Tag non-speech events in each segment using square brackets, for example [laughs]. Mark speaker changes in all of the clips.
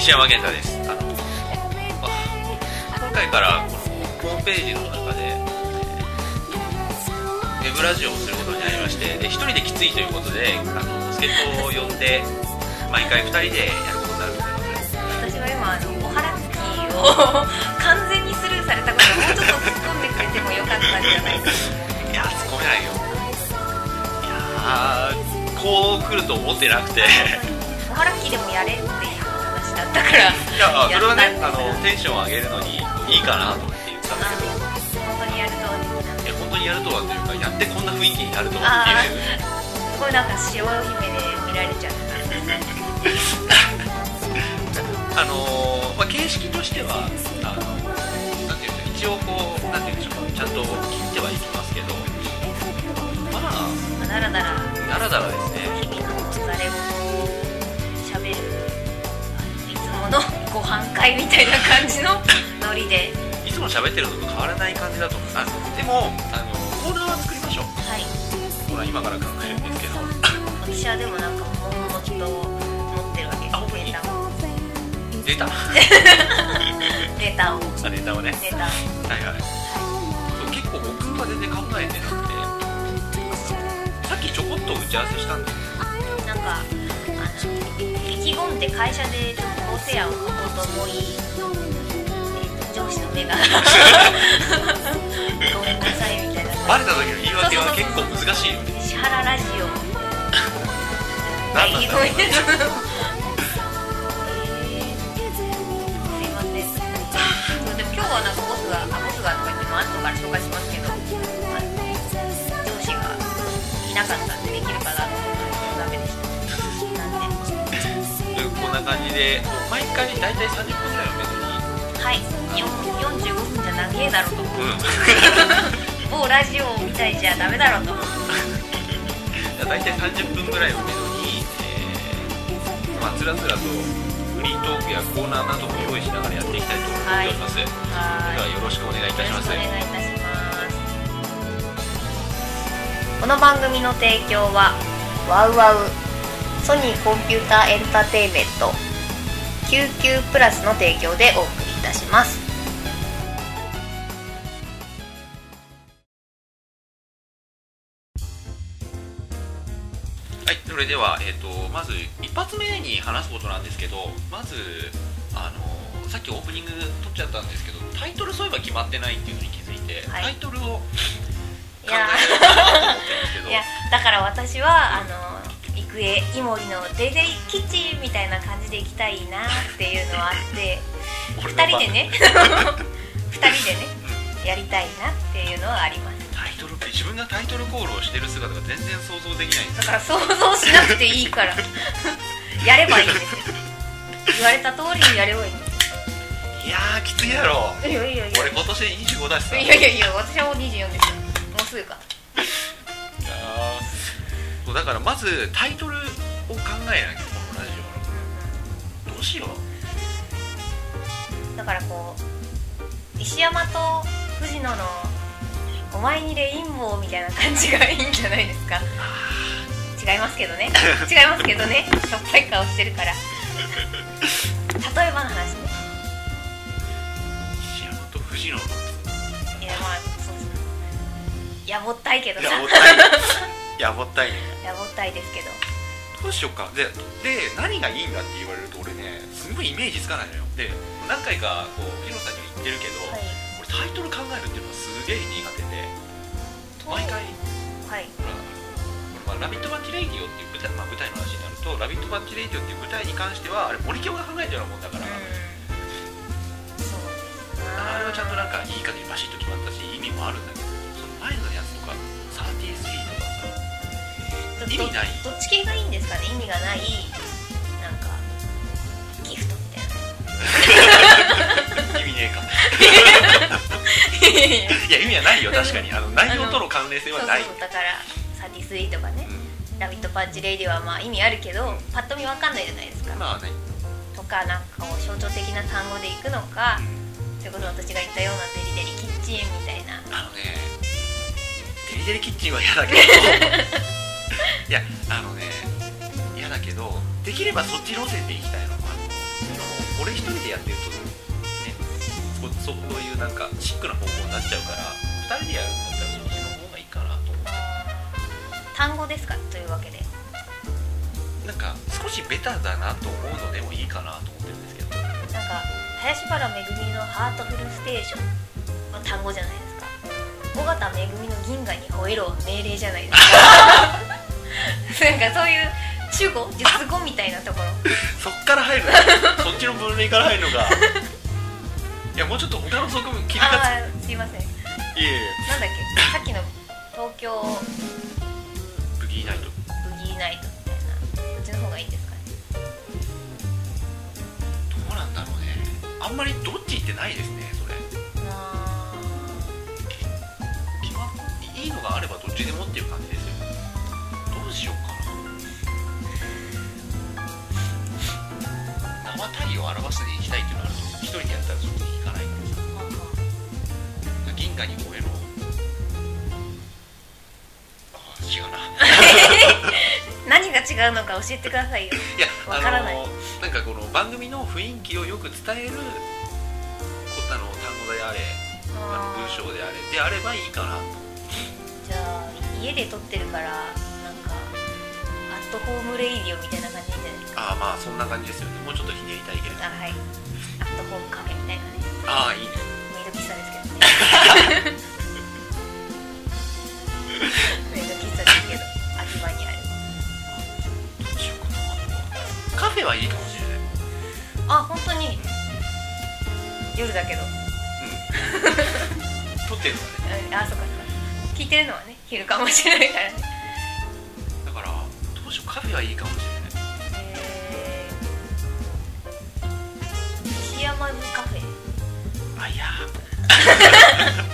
Speaker 1: 山源太ですあのあ今回からこのホームページの中で、えーウェブラジオをすることになりましてで一人できついということであの助っ人を呼んで毎回二人でやることになるみたいなので
Speaker 2: 私は今あのおはらつきを [laughs] 完全にスルーされたからもうちょっと突っ込んでくれてもよかったんじゃないか
Speaker 1: いや突っ込めないよいやーこう来ると思ってなくてい
Speaker 2: おはらつきでもやれっていう話だったから
Speaker 1: や [laughs] それはね
Speaker 2: やったん
Speaker 1: あ
Speaker 2: です
Speaker 1: のテンションを上げるのにいいかなと思って言ったんだけど
Speaker 2: 本当にやるとはできない
Speaker 1: いや本当にやるとはというかやってこんな雰囲気になるとは
Speaker 2: あ
Speaker 1: っていう
Speaker 2: ーすごいなんか塩姫で見られちゃった
Speaker 1: あのーまあ、形式としてはあのなんていうんですか一応こうなんていうんでしょうちゃんと切ってはいきますけどまあ
Speaker 2: まあだらだら
Speaker 1: だらだらですね
Speaker 2: 日々の疲れをしゃべるあのいつものご飯会みたいな感じ
Speaker 1: [laughs]
Speaker 2: のノリで
Speaker 1: いつも喋ってるのと変わらない感じだと思いますでもあのコーナーは作りましょう
Speaker 2: はい
Speaker 1: ほら今から考えるんですけど
Speaker 2: 私はでもなんか悶々と持ってるわけ
Speaker 1: あ本当に
Speaker 2: データを
Speaker 1: データ
Speaker 2: データを
Speaker 1: あデータをね
Speaker 2: データを
Speaker 1: はいはいそう結構僕は全然考えてなくてさっきちょこっと打ち合わせしたんです
Speaker 2: なんかあの意気込んで会社でちょっと構成案を書こうと思い、えーと上司の目
Speaker 1: [laughs]
Speaker 2: がごめんなさいみたいな
Speaker 1: バレた時の言い訳は結構難しいよね
Speaker 2: 石原ラジオ [laughs]
Speaker 1: 何なんだろう
Speaker 2: 意気込みえーすいませんそうでも今日はなんかボスがあボスがとか言っても後から紹介しますけどあの上司がいなかったんでできるかなと思ったらダメでしたなんで
Speaker 1: でこんな感じで毎回大体30分ぐらいを目処
Speaker 2: はい、よん45分じゃ長えだろと、
Speaker 1: に、
Speaker 2: 某ラジオみたいじゃダメだろと、
Speaker 1: うん、 [laughs] 大体30分ぐらいを目処に、えーまあ、つらつらとフリートークやコーナーなども用意しながらやっていきたいと思っております、で
Speaker 2: は
Speaker 1: はよろしくお願いい
Speaker 2: ー
Speaker 1: た
Speaker 2: い、
Speaker 1: し
Speaker 2: よろ
Speaker 1: ま
Speaker 2: し
Speaker 1: す
Speaker 2: くお願いいたします。この番組の提供はワウワウソニーコンピューターエンターテインメント99プラスの提供でお送りいたします。
Speaker 1: はいそれでは、えー、とまず一発目に話すことなんですけどまずあのさっきオープニング撮っちゃったんですけどタイトルそういえば決まってないっていうのに気づいて、
Speaker 2: はい
Speaker 1: タイトルを考え
Speaker 2: い
Speaker 1: よ
Speaker 2: や
Speaker 1: うかなと思ってるんですけど
Speaker 2: いやだから私はあの育英イモリのデデイキッチンみたいな感じで行きたいなっていうのはあって。
Speaker 1: [laughs] これの
Speaker 2: 二人
Speaker 1: 番
Speaker 2: でね二人でねやりたいなっていうのはあり
Speaker 1: [laughs]
Speaker 2: ます
Speaker 1: タイトル自分がタイトルコールをしてる姿が全然想像できないんで
Speaker 2: だ
Speaker 1: すよ
Speaker 2: から想像しなくていいから [laughs] やればいいんですよ言われた通りにやればいいんで
Speaker 1: いやーきついやろ
Speaker 2: すいやいやい
Speaker 1: 俺今年25だしさ
Speaker 2: やいやいやいや私はもう24ですよもうすぐか
Speaker 1: あーそうだからまずタイトルを考えなきゃこのラジオのどうしよう
Speaker 2: だからこう石山と藤野のお前にレインボーみたいな感じがいいんじゃないですか違いますけど
Speaker 1: [laughs]
Speaker 2: ね違いますけどねしょっぱい顔してるから例えばの話ね
Speaker 1: 石山と藤
Speaker 2: [laughs]
Speaker 1: 野の
Speaker 2: いやまあそうそうやぼったいけど
Speaker 1: や
Speaker 2: さ
Speaker 1: ぼったいねやぼったいね
Speaker 2: やぼったいですけど
Speaker 1: どうしようかでで何がいいんだって言われると俺ねすごいイメージつかないのよで何回かこう藤野さんには言ってるけど、
Speaker 2: はい
Speaker 1: 俺タイトル考えるっていうのがすげえ苦手で毎
Speaker 2: は
Speaker 1: 回
Speaker 2: い
Speaker 1: ほらこれまあラビットバッチレイディオっていう舞台,、まあ、舞台の話になると、ラビットバッチレイディオっていう舞台に関しては、あれ、森清が考えたようなもんだから、
Speaker 2: うんそうですな
Speaker 1: あれはちゃんとなんかいい感じにバシッと決まったし、意味もあるんだけど、その前のやつとか、33と
Speaker 2: ど
Speaker 1: かさ、意味ない
Speaker 2: どどっち系がいいんですかね意味がないなんかギフトみたいな
Speaker 1: 意味ねえか。
Speaker 2: いやいや
Speaker 1: [laughs] いや、意味はないよ、確かに。あの内容との関連性
Speaker 2: そうそ
Speaker 1: は
Speaker 2: う
Speaker 1: ない。
Speaker 2: そうだからサティスイとかね「
Speaker 1: う
Speaker 2: ラビットパンチレイディ」はまあ意味あるけどパッと見わかんないじゃないですか
Speaker 1: んまあね、
Speaker 2: とかなんかこう象徴的な単語でいくのかそれこそ私が言ったようなデリデリキッチンみたいな
Speaker 1: あのね、デリデリキッチンは嫌だけど、いや、あのね、嫌だけど、できればそっち路線で行きたいの。あの俺一人でやってるとねこそうこういうなんかシックな方向になっちゃうから二人でやるんだったらそっちの方がいいかなと思
Speaker 2: 単語ですかというわけで
Speaker 1: うなんか少しベタだなと思うのでもいいかなと思ってるんですけど
Speaker 2: なんか林原めぐみのハートフルステーションの単語じゃないですか尾形めぐみの銀河に吠えろは命令じゃないです
Speaker 1: [laughs]
Speaker 2: かなんかそういう主語術語みたいなところ
Speaker 1: そっから [laughs] 入るのそっちの分類から入るのがいやもうちょっと他の側面切りが
Speaker 2: ああすいません
Speaker 1: ついえいえ
Speaker 2: なんだっけさっきの東京
Speaker 1: ブギーナイト
Speaker 2: ブギーナイトみたいなこっちの方がいいんですかね
Speaker 1: どうなんだろうねあんまりどっち行ってないですねそれ
Speaker 2: あ
Speaker 1: 決まっていいのがあればどっちでもっていう感じですよどうしようかな生太陽を表していきたいっていうのがあると一人でやったらそこに行かないからさ
Speaker 2: ーまあまあ
Speaker 1: 銀河に燃えろあ違
Speaker 2: [laughs]
Speaker 1: うな
Speaker 2: 何が違うのか教えてくださいよ
Speaker 1: いや、
Speaker 2: わからない
Speaker 1: あのなんかこの番組の雰囲気をよく伝えるこあの単語であれあの文章であれであればいいかな
Speaker 2: じゃあ家で撮ってるからなんかアットホームレイディオみたいな感じじゃないですか
Speaker 1: ああまあそんな感じですよねもうちょっとひねりたいけれど
Speaker 2: あはいアットホームカフェみたいなね
Speaker 1: ああいいね
Speaker 2: メイド喫茶ですけどね [laughs] メイド喫茶ですけど秋葉にある
Speaker 1: どうしようかなカフェはいいかもしれない
Speaker 2: あ本当に夜だけど
Speaker 1: 撮ってるのはね
Speaker 2: うんあそっかそっか聞いてるのはね昼かもしれないからね
Speaker 1: だからどうしようカフェはいいかもしれない
Speaker 2: えー西山ズカフェ
Speaker 1: あいやー
Speaker 2: [laughs]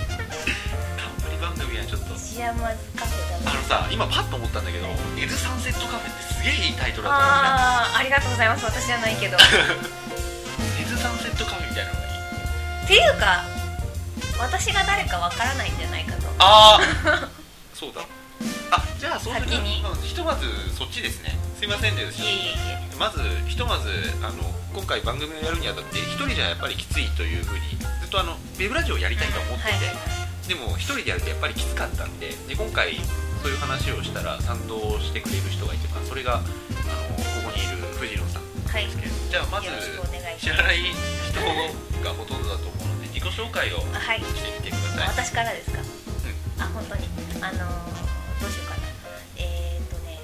Speaker 1: 冠番組はちょっと
Speaker 2: 西山ズカフェだ
Speaker 1: あ
Speaker 2: な
Speaker 1: のさ今パッと思ったんだけど「エルサンセットカフェ」ってすげえいいタイトルだと思うんだよ
Speaker 2: あーありがとうございます私じゃない [laughs] けどっ
Speaker 1: エルサンセットカフェみたいなのがいい
Speaker 2: ていうか私が誰かわからないんじゃないかと
Speaker 1: ああ [laughs] そうだあじゃあそうする
Speaker 2: 先に
Speaker 1: うんひとまずそっちですねすいませんです
Speaker 2: いえいえいえ
Speaker 1: まずひとまずあの今回番組をやるにあたって一人じゃやっぱりきついというふうにずっとあのウェブラジオをやりたいと思ってて、
Speaker 2: はい
Speaker 1: でも一人でやるとやっぱりきつかったんでで今回そういう話をしたら賛同してくれる人がいて、まあ、それがあのここにいる藤野さん
Speaker 2: はい
Speaker 1: ですけどじゃあまず
Speaker 2: よろしくお願いし
Speaker 1: 知
Speaker 2: ま
Speaker 1: らない人がほとんどだと思うので自己紹介を
Speaker 2: すあはい
Speaker 1: してみてください
Speaker 2: 私からですか、あ本当にあのーどうしようかなえー、っとね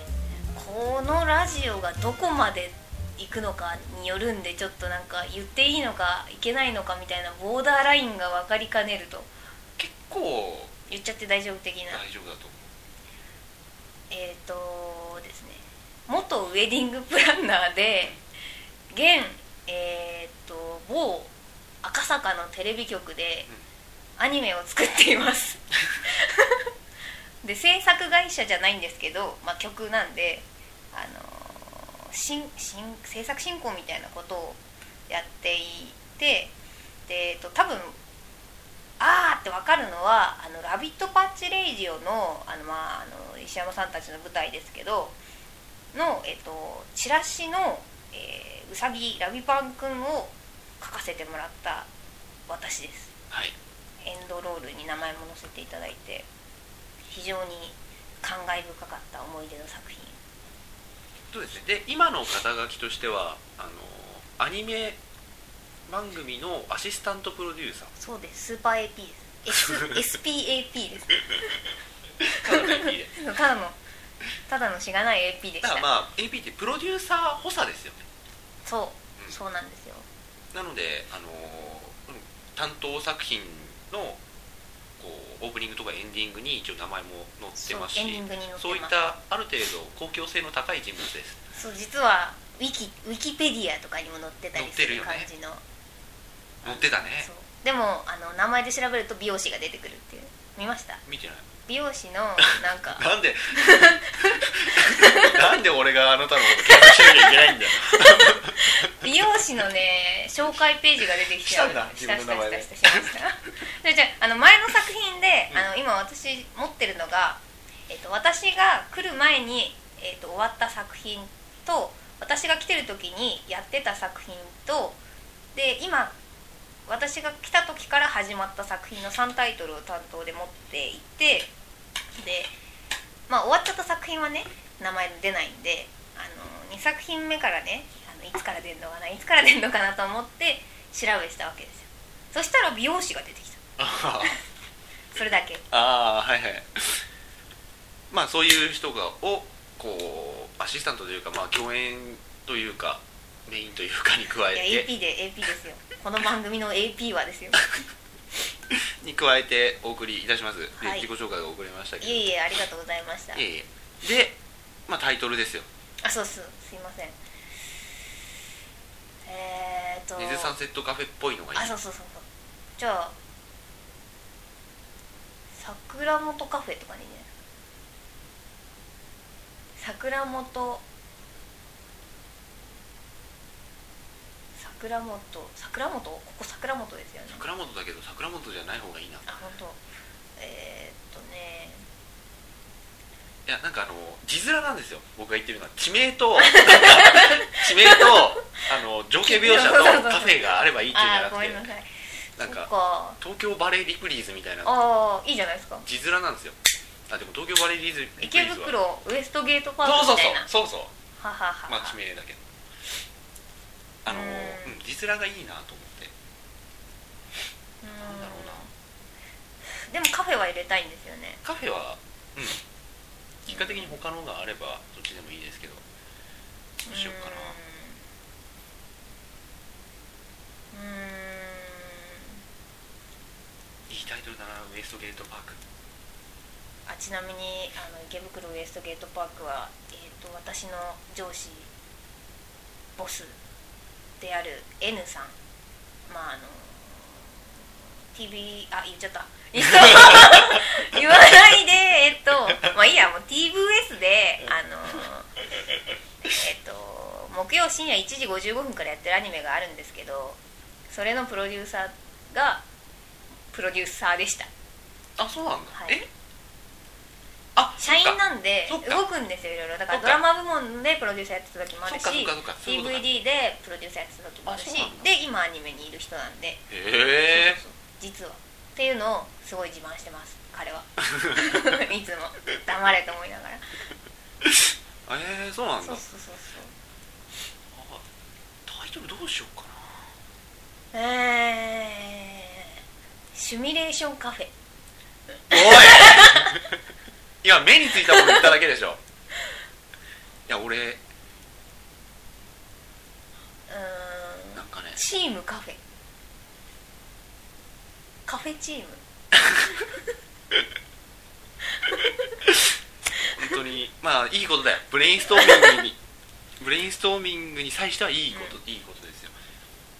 Speaker 2: このラジオがどこまで行くのかによるんでちょっとなんか言っていいのかいけないのかみたいなボーダーラインが分かりかねると
Speaker 1: 結構
Speaker 2: 言っちゃって大丈夫的な
Speaker 1: 大丈夫だと思う
Speaker 2: えっ、とですね元ウェディングプランナーで現えっ、と某赤坂のテレビ局でアニメを作っていますで制作会社じゃないんですけど、まあ、曲なんで、あのしんしん制作進行みたいなことをやっていてで、えっと、多分あーってわかるのは「あのラビット・パッチ・レイジオの」あの、まあ、あの石山さんたちの舞台ですけどの、えっと、チラシの、えーうさぎラビパンくんを書かせてもらった私です
Speaker 1: はい
Speaker 2: エンドロールに名前も載せていただいて非常に感慨深かった思い出の作品
Speaker 1: そうですねで今の肩書きとしてはあのアニメ番組のアシスタントプロデューサー
Speaker 2: そうですスーパー AP です [laughs] S- SPAP です
Speaker 1: ただの AP で
Speaker 2: [laughs] ただのただのしがない AP でし
Speaker 1: だか
Speaker 2: た
Speaker 1: らまあ AP ってプロデューサー補佐ですよね
Speaker 2: そううんそうなんですよ
Speaker 1: なのであのうん担当作品のこうオープニングとかエンディングに一応名前も載ってます
Speaker 2: そうエンデ
Speaker 1: し
Speaker 2: ィングに載ってます
Speaker 1: そういったある程度公共性の高い人物です
Speaker 2: そう実はウィキウィキペディアとかにも載ってたりす
Speaker 1: 載ってる
Speaker 2: る
Speaker 1: よ
Speaker 2: 感
Speaker 1: ね
Speaker 2: じの、
Speaker 1: 載ってたね
Speaker 2: そうでもあの名前で調べると美容師が出てくるっていう見ました
Speaker 1: 見てない
Speaker 2: 美容師のなんか
Speaker 1: なんで [laughs] なんで俺があなたのこと検索しなきゃいけな
Speaker 2: [laughs]
Speaker 1: いんだよ
Speaker 2: 美容師のね紹介ページが出てきちゃう
Speaker 1: したんだ
Speaker 2: した
Speaker 1: 自
Speaker 2: し
Speaker 1: 分の
Speaker 2: た
Speaker 1: 名前
Speaker 2: した
Speaker 1: で
Speaker 2: したしましたでじゃああの前の作品で、
Speaker 1: うん
Speaker 2: あの今私持ってるのが、えっと私が来る前に、えっと終わった作品と私が来てる時にやってた作品とで今私が来た時から始まった作品の3タイトルを担当で持っていてでまあ終わっちゃった作品はね名前出ないんであの2作品目からねあのいつから出るのかないつから出るのかなと思って調べしたわけですよそしたら美容師が出てきた
Speaker 1: あ
Speaker 2: それだけ
Speaker 1: あああはいはいまあそういう人がをこうアシスタントというかまあ共演というかメインというかに加え
Speaker 2: いや
Speaker 1: て
Speaker 2: AP で AP ですよこの番組の AP は
Speaker 1: [laughs]
Speaker 2: ですよ
Speaker 1: に加えてお送りいたします、で
Speaker 2: はい
Speaker 1: 自己紹介が遅れましたけ
Speaker 2: い
Speaker 1: ど
Speaker 2: えいえありがとうございました
Speaker 1: いえいえで、まあ、タイトルですよ
Speaker 2: あそうすすいませんえーっ
Speaker 1: 「
Speaker 2: と
Speaker 1: ネズサンセットカフェ」っぽいのがいい
Speaker 2: あそうそうそうそうじゃあ桜本カフェとかにね桜本桜本桜本ここ桜本ですよね
Speaker 1: 桜本だけど桜本じゃない方がいいない
Speaker 2: あ本当えー、っとね
Speaker 1: やなんかあの字面なんですよ僕が言ってるのは地名
Speaker 2: [laughs]
Speaker 1: となんか地名とあの情景描写とカフェがあればいいっていうんじゃ
Speaker 2: あ
Speaker 1: な
Speaker 2: ーご
Speaker 1: く
Speaker 2: め
Speaker 1: て
Speaker 2: んなさい
Speaker 1: なん
Speaker 2: そっ
Speaker 1: か
Speaker 2: か
Speaker 1: 東京バレーリプリーズみたいな
Speaker 2: ああいいじゃないですか
Speaker 1: 字面なんですよあでも東京バレーリズリプリ
Speaker 2: 池
Speaker 1: ーズは
Speaker 2: 袋ウエストゲートパーク
Speaker 1: そう
Speaker 2: みたいな
Speaker 1: そうそうそうそう
Speaker 2: ははは
Speaker 1: まあ地名だけどあの
Speaker 2: うん
Speaker 1: うん字面がいいなと思って
Speaker 2: う
Speaker 1: なんだろうなん
Speaker 2: でもカフェは入れたいんですよね
Speaker 1: カフェはうん結果的に他のがあればどっちでもいいですけどどうしようかな
Speaker 2: うーんう
Speaker 1: いいタイトルだなウエストゲートパーク
Speaker 2: ーんあちなみにあの池袋ウエストゲートパークは、えー、と私の上司ボスである N さんまああの TV あ言っちゃった [laughs] 言わないでえっとまあいいやもう TVS であのえっと木曜深夜1時55分からやってるアニメがあるんですけどそれのプロデューサーがプロデューサーでした
Speaker 1: あそうなんだ、
Speaker 2: はい
Speaker 1: えあ
Speaker 2: 社員
Speaker 1: そっか
Speaker 2: なんで
Speaker 1: そっか
Speaker 2: 動くんですよいろいろだから
Speaker 1: そ
Speaker 2: ド
Speaker 1: っか
Speaker 2: ラマ部門でプロデューサーやってた時もあるし
Speaker 1: そっかそっかそっかそういうことか
Speaker 2: DVD でプロデューサーやってた時もあるし
Speaker 1: あそうなんだ
Speaker 2: で今アニメにいる人なんで
Speaker 1: へえ [laughs]
Speaker 2: そうそうそう実はっていうのをすごい自慢してます彼は [laughs] いつも黙れと思いながら
Speaker 1: えー、そうなん
Speaker 2: そ
Speaker 1: だ
Speaker 2: うそうそうそ
Speaker 1: あタイトルどうしようかな
Speaker 2: うえー、シュミュレーションカフェ
Speaker 1: おい [laughs] いや目についたもの言っただけでしょいや俺
Speaker 2: うー
Speaker 1: なん
Speaker 2: ん
Speaker 1: かね
Speaker 2: チームカフェカフェチーム
Speaker 1: 本当にまあいいことだよブレインストーミングにブレインストーミングに際してはいいこと、いいことですよ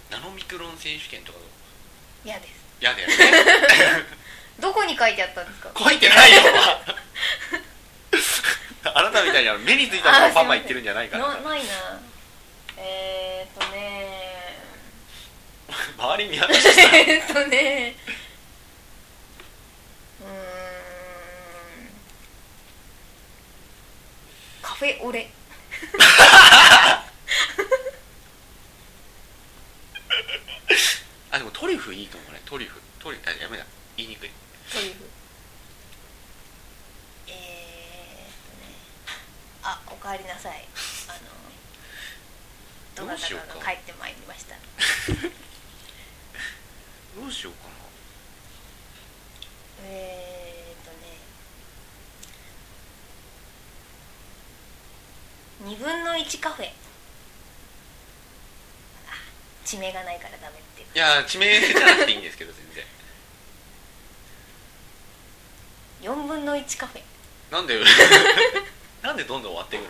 Speaker 1: ナノミクロン選手権とかどう
Speaker 2: 嫌です
Speaker 1: 嫌だよね
Speaker 2: どこに書いてあったんですか
Speaker 1: 書いてない
Speaker 2: [laughs]
Speaker 1: よ [laughs] あなたみたいにあの目についたものをパンパン言ってるんじゃないから
Speaker 2: なないなえー、っと
Speaker 1: [laughs]
Speaker 2: ね
Speaker 1: 周り見渡し
Speaker 2: えー、っとねうーんカフェオレ
Speaker 1: あでもトリュフいいかもねトリュフトリュフあやめだ言いにくい
Speaker 2: トリュフえー、っとねあおかえりなさいあのどな
Speaker 1: どうしたよう
Speaker 2: か
Speaker 1: か
Speaker 2: が帰ってまいりました
Speaker 1: どうしようかな
Speaker 2: えー、っとね2分の1カフェあ地名がないからダメっていう
Speaker 1: いや地名じゃなくていいんですけど全 [laughs] 然
Speaker 2: 4分の1カフェ
Speaker 1: なん [laughs] でなんでどんどん終わっていくの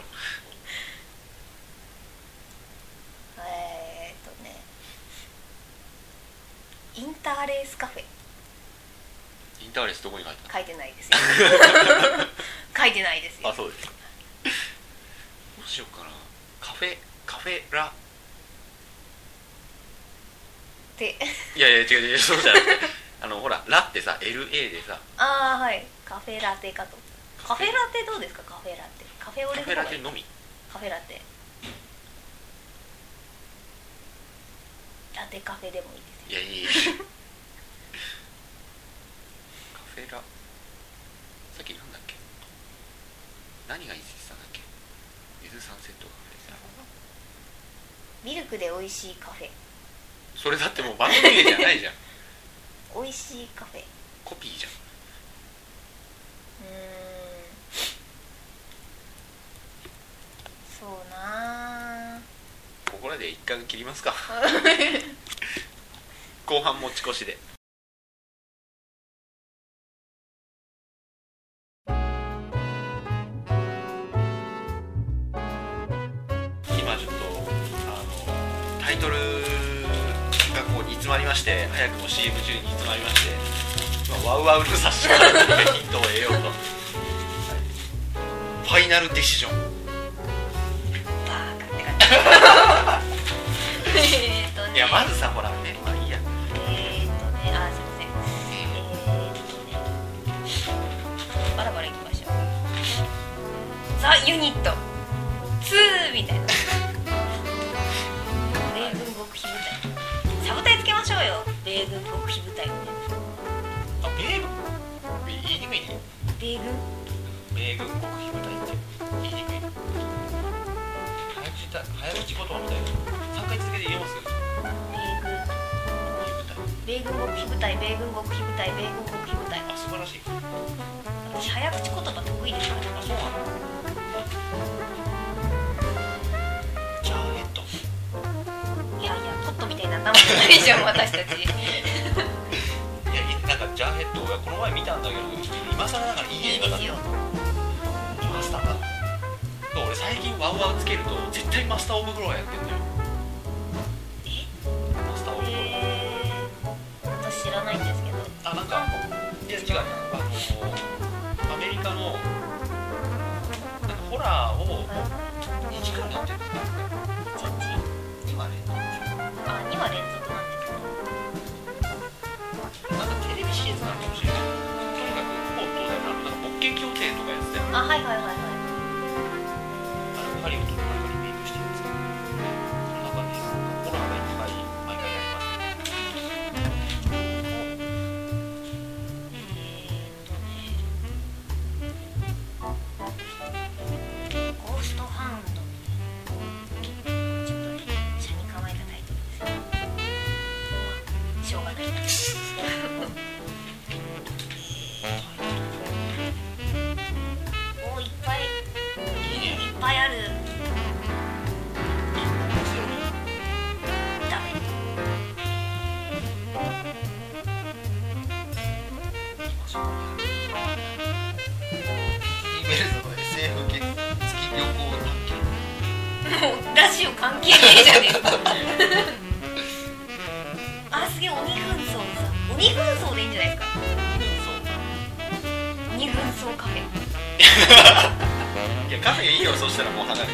Speaker 2: えー、っとねインターレースカフェ
Speaker 1: インターレスどこに書いた
Speaker 2: 書いてないですよ
Speaker 1: [laughs]
Speaker 2: 書いてないですよ
Speaker 1: あそうですどうしようかなカフェカフェラ
Speaker 2: で
Speaker 1: いやいや違う違うそうじゃなくてあのほらラってさ LA でさ
Speaker 2: ああはいカフェラテかとカフェラテどうですかカフェラテカフェオレ
Speaker 1: カ
Speaker 2: の方
Speaker 1: フェラ
Speaker 2: がい
Speaker 1: テ
Speaker 2: い
Speaker 1: のみ
Speaker 2: カフェラテラテカフェでもいいです
Speaker 1: いやいいカフェラさっきなんだっけ何がいいって言ってたんだっけ伊豆サンセットカフェ
Speaker 2: ミルクで美味しいカフェ
Speaker 1: それだってもう番組名じゃないじゃん
Speaker 2: 美味しいカフェう
Speaker 1: コピーじゃん
Speaker 2: ーんそうなあ
Speaker 1: ここらで一回切りますか
Speaker 2: [laughs]
Speaker 1: 後半持ち越しで今ちょっとあのタイトルがこう煮詰まりまして早くも CM 中に煮詰まりまして今ワウワウの冊子から何かヒントを得ようとファイナルディシジョン
Speaker 2: バーカって感じえーっとね
Speaker 1: いやまずさほらねまあいいや
Speaker 2: えーっとね、あ、すみません。えーっとね。バラバラ行きましょう。ザユニット。ツーみたいな。米軍極秘部隊。サブタイつけましょうよ。米軍極秘部隊みたいな。
Speaker 1: あ米軍言いにくいね
Speaker 2: 米軍。
Speaker 1: 米軍国費部隊って言いにくい早口た早口言葉みたいな3回続けて言えますけど
Speaker 2: 米軍。米軍極秘部隊、米軍極秘部隊、米軍極秘部隊。
Speaker 1: あ素晴らしい
Speaker 2: 私早口言葉得意ですから。
Speaker 1: あそうなのジャーヘッド
Speaker 2: いやいや、ポットみたいな名前ないじゃん、私たち。
Speaker 1: いやいなんかジャーヘッドがこの前見たんだけど今更ながらいい
Speaker 2: い
Speaker 1: 映
Speaker 2: い
Speaker 1: 画
Speaker 2: で
Speaker 1: だっ
Speaker 2: す
Speaker 1: た
Speaker 2: よ。
Speaker 1: マスターが俺最近ワウワウつけると絶対マスターオブフロアやってんだよ
Speaker 2: え
Speaker 1: マスターオブフロア
Speaker 2: えー、私知らないんですけど
Speaker 1: あなんかいや違うあのアメリカのなんかホラーを2時間やってるんで
Speaker 2: 一
Speaker 1: す
Speaker 2: 日
Speaker 1: 今ね
Speaker 2: あ二話連続なんですね
Speaker 1: なんかテレビシリーズなのかもしれないとにかくもう東大なのなんか冒険協定とかやってたよ
Speaker 2: あはいはいはいはい
Speaker 1: あのハリウッドのなんかリメイクしてるんですけどその中でなんかホラーがいっぱい毎回やりますね
Speaker 2: えーっとね「ゴーストハウンド」ちょっとね車に構えたタイトルですけどまあしょうがないなおーいっぱい
Speaker 1: いいね
Speaker 2: いっぱいあるダメ
Speaker 1: ベルズの SF 付き旅行探検
Speaker 2: もうラジオ関係ねえじゃねえかあすげえ鬼軍曹さ鬼軍曹でいいんじゃないですか鬼軍曹カフェ
Speaker 1: いやカフェいいよそしたらもう離れてさ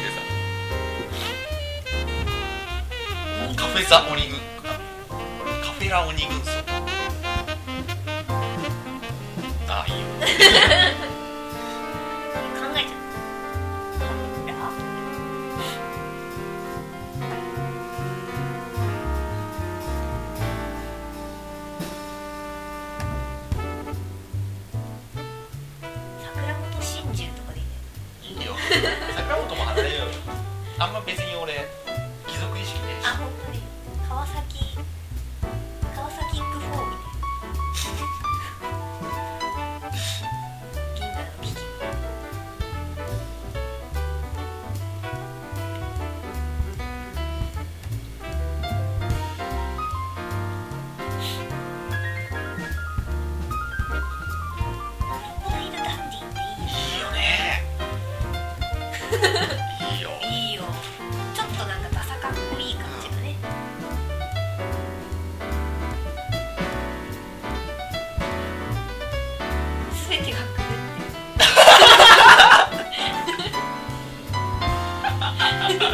Speaker 2: 鬼軍
Speaker 1: カフェザ鬼軍あカフェラ鬼軍曹あいいよ
Speaker 2: 考えちゃった桜本真珠とかでいいんじゃない
Speaker 1: いいよ桜本も離れようよあんま別に俺貴族意識ねえし
Speaker 2: あ、本当に川崎川崎行くフォーみたいな。銀河の危機。ロイドダンディって
Speaker 1: いいよねいいよ
Speaker 2: いいよ。いいよ。ちょっとなんかダサかっこいい感じがね。すべてが狂ってる。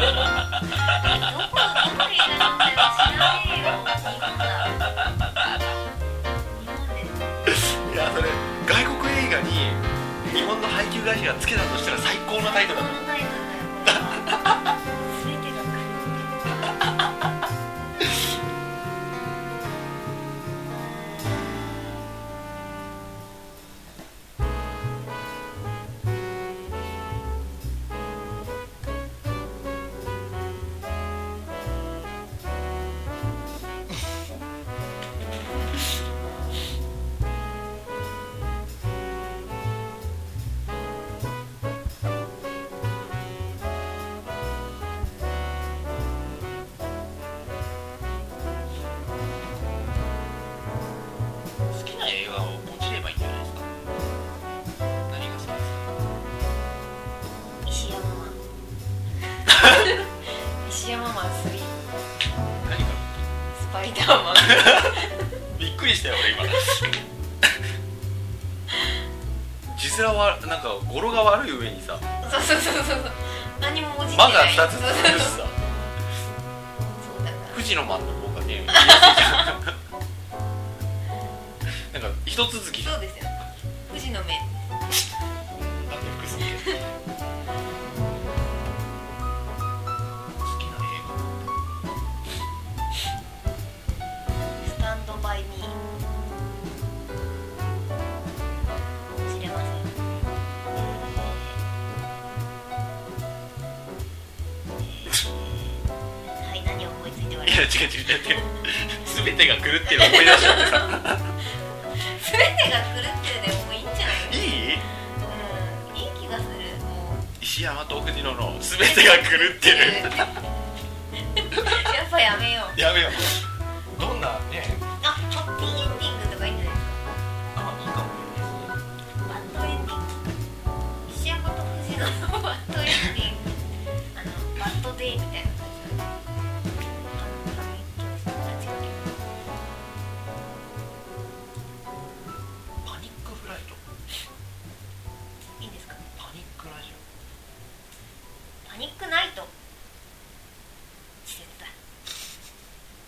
Speaker 2: どこどこでやるのか知らねえよ。日本が日本で
Speaker 1: いやそれ外国映画に日本の配給会社がつけたとしたら最高のタイトル
Speaker 2: こ
Speaker 1: だ
Speaker 2: の
Speaker 1: と思う
Speaker 2: タイトルだよ。これはすべてが狂ってる。 [laughs]
Speaker 1: びっくりしたよ俺今字面はなんか語呂が悪い上にさ
Speaker 2: そうそうそうそうそう何も文字
Speaker 1: 「
Speaker 2: って
Speaker 1: 間」が
Speaker 2: ない
Speaker 1: 2つ
Speaker 2: そう
Speaker 1: 続くしさ
Speaker 2: そうだから
Speaker 1: 富士の間の方がねなんか一続きだっ
Speaker 2: そうですよ富士の目
Speaker 1: て複数形好きな映画
Speaker 2: スタンドバイミー知れませんはい何を思いついて
Speaker 1: い
Speaker 2: 笑
Speaker 1: や
Speaker 2: う
Speaker 1: 違う違う違う全てが狂ってる思い出しちゃってさ
Speaker 2: 全てが狂ってるでもいいんじゃない
Speaker 1: いい
Speaker 2: うんいい気がするもう
Speaker 1: 石山と奥地野の全てが狂って [laughs] る
Speaker 2: やっぱやめよう
Speaker 1: やめようどんなね
Speaker 2: あハッピーエンディングとかいいんじゃないです
Speaker 1: あいいかもね
Speaker 2: かバッドエンディング石山と藤野のバッドエンディングあのバッドデイみたいな感じだねあ
Speaker 1: パニックフライト
Speaker 2: 違ういいんですか
Speaker 1: パニックラジ
Speaker 2: パニックナイト施設だ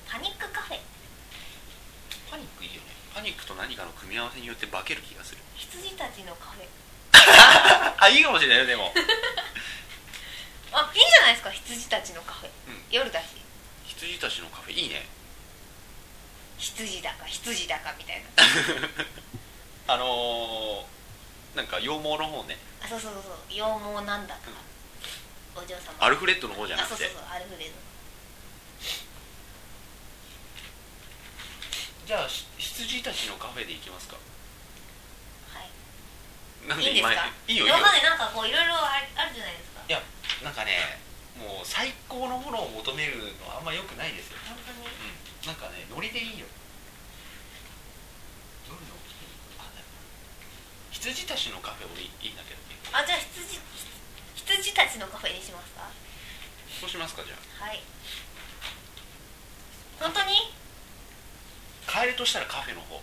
Speaker 2: パニックカフェ
Speaker 1: オパニックいいよねパニックと何かの組み合わせによって化ける気がする
Speaker 2: 羊たちのカフェ
Speaker 1: あいいかもしれないよでも
Speaker 2: あいいんじゃないですか羊たちのカフェ、
Speaker 1: うん
Speaker 2: 夜だし
Speaker 1: 羊たちのカフェいいね
Speaker 2: 羊だか羊だかみたいな
Speaker 1: あのー、なんか羊毛の方ね
Speaker 2: あそうそうそうそう羊毛なんだか、お嬢様
Speaker 1: アルフレッドの方じゃな
Speaker 2: あそう
Speaker 1: く
Speaker 2: そ
Speaker 1: て
Speaker 2: うそうアルフレード
Speaker 1: じゃあし羊たちのカフェで行きますか
Speaker 2: はい
Speaker 1: な
Speaker 2: い
Speaker 1: ん
Speaker 2: いんです
Speaker 1: で今
Speaker 2: か
Speaker 1: いいよいい
Speaker 2: わ
Speaker 1: よ
Speaker 2: かんないなんかこういろいろあるあるじゃないですか
Speaker 1: いやなんかねもう最高のものを求めるのはあんま良くないですよ
Speaker 2: 本当に
Speaker 1: うんなんかねノリでいいよ夜のあでも羊たちのカフェ俺いいんだけどね
Speaker 2: あじゃあ羊羊たちのカフェにしますか
Speaker 1: そうしますかじゃ
Speaker 2: はい本当に
Speaker 1: あ変えるとしたらカフェの方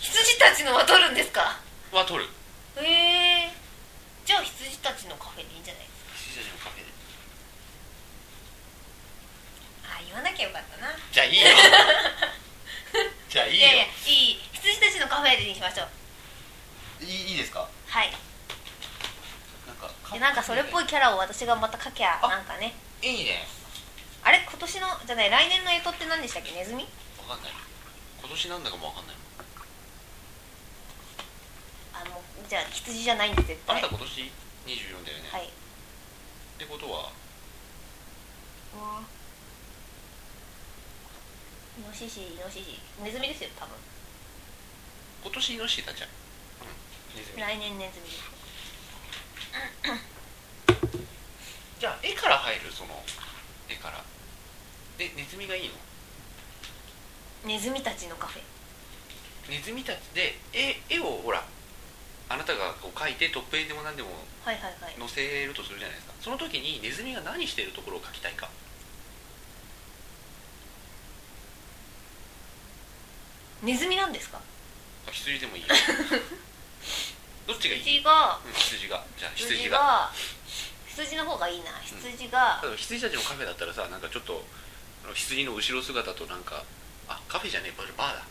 Speaker 2: 羊たちのは取るんですか
Speaker 1: は取る
Speaker 2: へえじゃあ羊たちのカフェでいいんじゃないですか
Speaker 1: 羊たちのカフェで
Speaker 2: あ言わなきゃよかったな
Speaker 1: じゃあいい
Speaker 2: [laughs]
Speaker 1: よじゃあいい
Speaker 2: い
Speaker 1: よ
Speaker 2: やいやいい羊たちのカフェでにしましょう
Speaker 1: いいいいですか
Speaker 2: はい
Speaker 1: なんか
Speaker 2: でなんかそれっぽいキャラを私がまた書きゃ
Speaker 1: あ
Speaker 2: なんかね
Speaker 1: いいね
Speaker 2: あれ今年のじゃない来年の干支って何でしたっけネズミ
Speaker 1: わかんない今年なんだかもわかんない
Speaker 2: あのじゃあ羊じゃないんで絶
Speaker 1: あ
Speaker 2: 対
Speaker 1: なた
Speaker 2: は
Speaker 1: 今年24だよね、っ
Speaker 2: い
Speaker 1: てことは
Speaker 2: イノシシイノシシネズミですよ多分
Speaker 1: 今年イノシシだじゃん、ネズミ
Speaker 2: 来年ネズミです
Speaker 1: じゃあ絵から入るその絵からえネズミがいいの
Speaker 2: ネズミたちのカフェ
Speaker 1: ネズミたちで絵絵をほらあなたがこう描いてトップ絵でも何でも
Speaker 2: はいはいはい
Speaker 1: 載せるとするじゃないですかその時にネズミが何してるところを描きたいか
Speaker 2: ネズミなんですか
Speaker 1: あ羊でもいい [laughs] よどっちがいい、
Speaker 2: 羊が
Speaker 1: うん、羊がじゃあ羊
Speaker 2: 羊
Speaker 1: が
Speaker 2: が羊の方がいいな羊が
Speaker 1: 例えば羊たちのカフェだったらさなんかちょっとあの羊の後ろ姿となんかあカフェじゃねえバーバーだ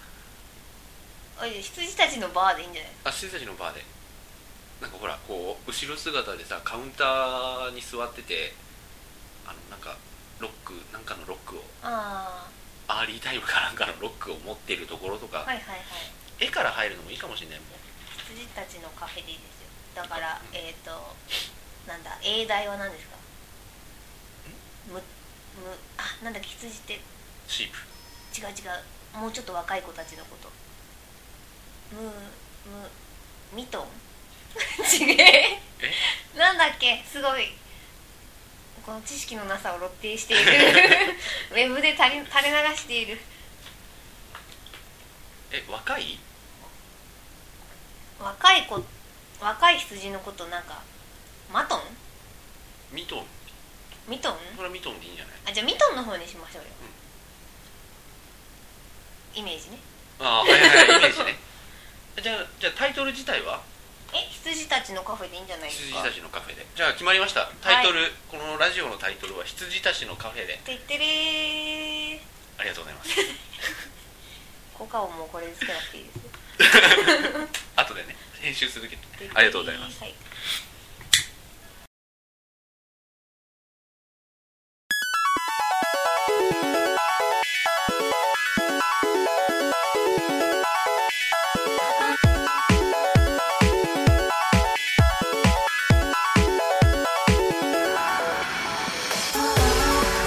Speaker 2: あいや羊たちのバーでいいんじゃない
Speaker 1: あ羊たちのバーでなんかほらこう後ろ姿でさカウンターに座っててあのなんかロックなんかのロックを
Speaker 2: あ
Speaker 1: アーリータイムかなんかのロックを持ってるところと
Speaker 2: あ
Speaker 1: か、
Speaker 2: はいはいはい
Speaker 1: 絵から入るのもいいかもしれないもん
Speaker 2: 羊たちのカフェでいいですよだからえっ、ー、となんだ英題は何ですかむむあなんだっけ羊って違
Speaker 1: シープ
Speaker 2: う違うもうちょっと若い子たちのことむむミ [laughs] トンちげえなんだっけすごいこの知識のなさを露呈してい [laughs] るウェブで垂れ垂れ流している
Speaker 1: え若い
Speaker 2: 若い子若い羊のことなんかマトン
Speaker 1: ミトン
Speaker 2: ミトン
Speaker 1: これはミトンでいいんじゃない
Speaker 2: あじゃあミトンの方にしましょうよイメージね
Speaker 1: ああはいはいはいイメージね [laughs] じゃあじゃあタイトル自体は
Speaker 2: え羊たちのカフェでいいんじゃないです
Speaker 1: 羊
Speaker 2: かった
Speaker 1: ちのカフェでじゃあ決まりましたタイトル、このラジオのタイトルは羊たちのカフェで
Speaker 2: てってれー
Speaker 1: ありがとうございます
Speaker 2: [laughs] 効果音もこれでつけなくていいですよ
Speaker 1: 後でね編集するけどねありがとうございます
Speaker 2: す、はい、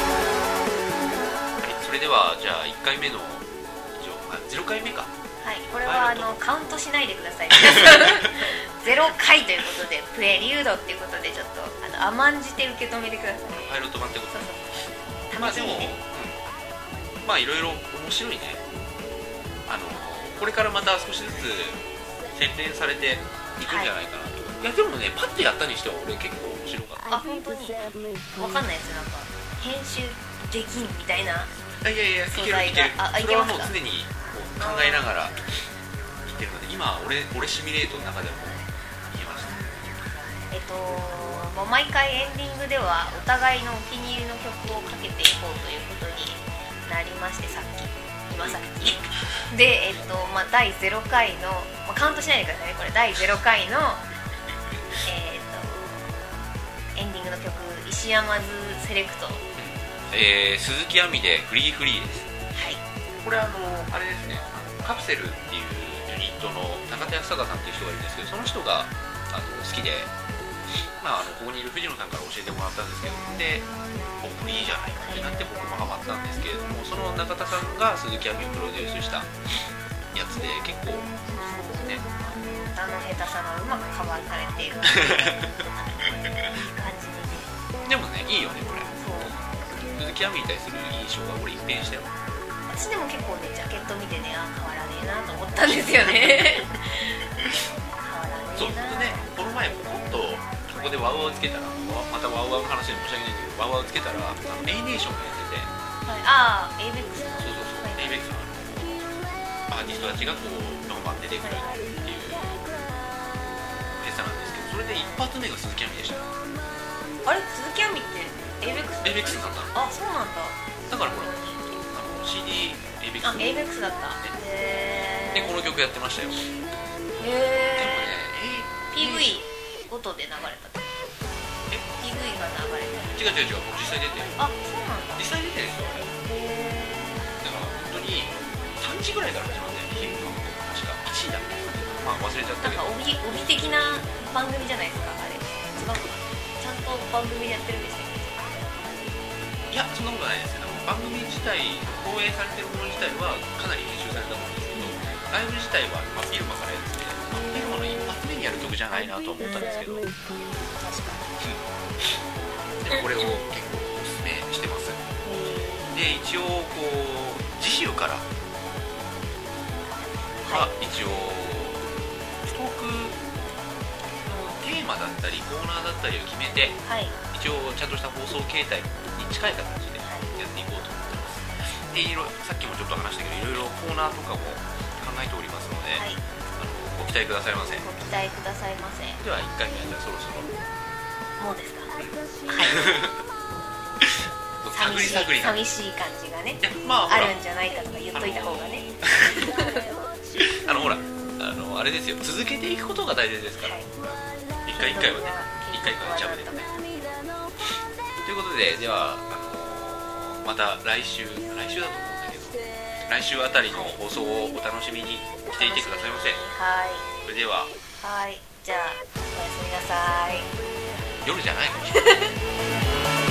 Speaker 1: はいそれではじゃあ1回目の一応あ0回目か
Speaker 2: はい、これはあ
Speaker 1: はい
Speaker 2: のカウントしないでくださ
Speaker 1: [laughs]
Speaker 2: いゼロ回ということでプレリュードっていうことでちょっとあの甘んじて受け止めてください
Speaker 1: パイロット版ってこと
Speaker 2: そうそう
Speaker 1: まあ
Speaker 2: 楽し
Speaker 1: で
Speaker 2: み
Speaker 1: も、
Speaker 2: ね、
Speaker 1: うんまあいろいろ面白いねあのこれからまた少しずつ洗練されていくんじゃないかなと、い、やでもねパッとやったにしては俺結構面白かっ
Speaker 2: あ本当にわかんないですなんか編集できんみたいな
Speaker 1: たいやいやいやい
Speaker 2: 素
Speaker 1: ける
Speaker 2: 材
Speaker 1: いける
Speaker 2: があい
Speaker 1: そ
Speaker 2: け
Speaker 1: れは
Speaker 2: ます
Speaker 1: もう
Speaker 2: か
Speaker 1: 常にこう考えながらいってるので今俺俺シミュレートの中でもいけました
Speaker 2: えっと、まあ、毎回エンディングではお互いのお気に入りの曲をかけていこうということになりましてさっき今さっきでえっと、まあ、第0回の、まあ、カウントしないでくださいねこれ第0回のえっとエンディングの曲「石山ズセレクト」は
Speaker 1: えー、鈴木亜美でフリーフリーです
Speaker 2: い
Speaker 1: これあのあれですねカプセルっていうユニットの中田康隆さんっていう人がいるんですけどその人があの好きで、まあ、あのここにいる藤野さんから教えてもらったんですけどで僕いいじゃないかってなって僕もハマったんですけれどもその中田さんが鈴木亜美をプロデュースしたやつで結構ね
Speaker 2: 歌の下手さがうまくカバーされ [laughs] ている感じにね
Speaker 1: でもねいいよねこれ
Speaker 2: そう
Speaker 1: 鈴木亜美に対する印象が俺一変したよ
Speaker 2: 私でも結構ねジャケット見てねあ変わらねえなと思ったんですよね変わらね
Speaker 1: そう
Speaker 2: え
Speaker 1: で
Speaker 2: な
Speaker 1: ねこの前ポコッとここでワウワウつけたらわまたワウワウの話で申し訳ないんだけどワウワウつけたらあのメイネーションがやっ
Speaker 2: はいああ
Speaker 1: てて
Speaker 2: エイベックス
Speaker 1: そうそうそう、エイベックスのアーティストたちがこうバンバン出てくるっていうフェスタなんですけどそれで一発目が鈴木亜美でしたね
Speaker 2: あれ鈴木亜美ってエイベックス
Speaker 1: エイベックスになった
Speaker 2: あ
Speaker 1: の
Speaker 2: そうなん
Speaker 1: だからほらあの CD エイベック
Speaker 2: だあ
Speaker 1: ス
Speaker 2: エイ
Speaker 1: で
Speaker 2: ベックスだったへえ
Speaker 1: この曲やってましたよでもね
Speaker 2: へえ
Speaker 1: え
Speaker 2: PV ごとで流れたって
Speaker 1: え
Speaker 2: PV が流れた
Speaker 1: 違う違う違う実際出てる
Speaker 2: あそうなんだ
Speaker 1: 実際出てるんですよあ
Speaker 2: へ
Speaker 1: れだから本当に3時ぐらいから始まったよね昼の話が1時だったまあ忘れちゃ
Speaker 2: え
Speaker 1: っ
Speaker 2: なん
Speaker 1: たけ
Speaker 2: か
Speaker 1: ど
Speaker 2: 帯帯的な番組じゃないですかあれ違うかなちゃんと番組でやってるんでしたっけ
Speaker 1: いやそんなことないですけど番組自体放映されてるもの自体はかなり編集されたものですけどライブ自体は、まあ、フィルマからやってて、まあ、フィルマの一発目にやる曲じゃないなと思ったんですけどでも
Speaker 2: 確か
Speaker 1: これを結構おすすめしてます
Speaker 2: に
Speaker 1: で一応こう次週から
Speaker 2: は
Speaker 1: は一応トークのテーマだったりコーナーだったりを決めて
Speaker 2: いはい
Speaker 1: 一応ちゃんとした放送形態に近い形でやっていこうと思ってますでいろいろさっきもちょっと話したけどいろいろコーナーとかも考えておりますので、
Speaker 2: はい
Speaker 1: あのご期待くださいませで
Speaker 2: ご期待くださいませ
Speaker 1: は1回目はじゃあそろそろ
Speaker 2: もうですかはい
Speaker 1: [laughs] 探り探りない
Speaker 2: 寂しい感じがね
Speaker 1: やまあ
Speaker 2: あ
Speaker 1: ほら
Speaker 2: るんじゃないかとか言っといた方がね
Speaker 1: あのほらあのあれですよ続けていくことが大事ですから、
Speaker 2: はい
Speaker 1: 一回一回はね一回一回はジャブでねということでではあのまた来週来週だと思うんだけど来週あたりの放送をお楽しみにしていてくださいませ
Speaker 2: はい
Speaker 1: それでは
Speaker 2: はいじゃあおやすみなさい
Speaker 1: 夜じゃないかもしれない